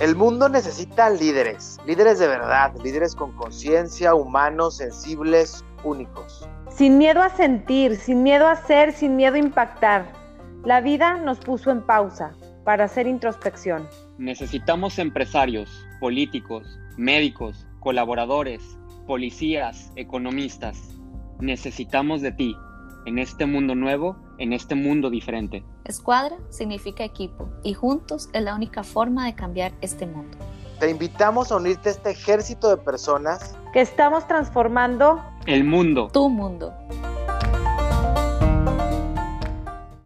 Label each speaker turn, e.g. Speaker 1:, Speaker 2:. Speaker 1: El mundo necesita líderes, líderes de verdad, líderes con conciencia, humanos, sensibles, únicos.
Speaker 2: Sin miedo a sentir, sin miedo a ser, sin miedo a impactar. La vida nos puso en pausa para hacer introspección.
Speaker 3: Necesitamos empresarios, políticos, médicos, colaboradores, policías, economistas. Necesitamos de ti, en este mundo nuevo, en este mundo diferente.
Speaker 4: Escuadra significa equipo y juntos es la única forma de cambiar este mundo.
Speaker 1: Te invitamos a unirte a este ejército de personas
Speaker 2: que estamos transformando
Speaker 3: el mundo,
Speaker 4: tu mundo.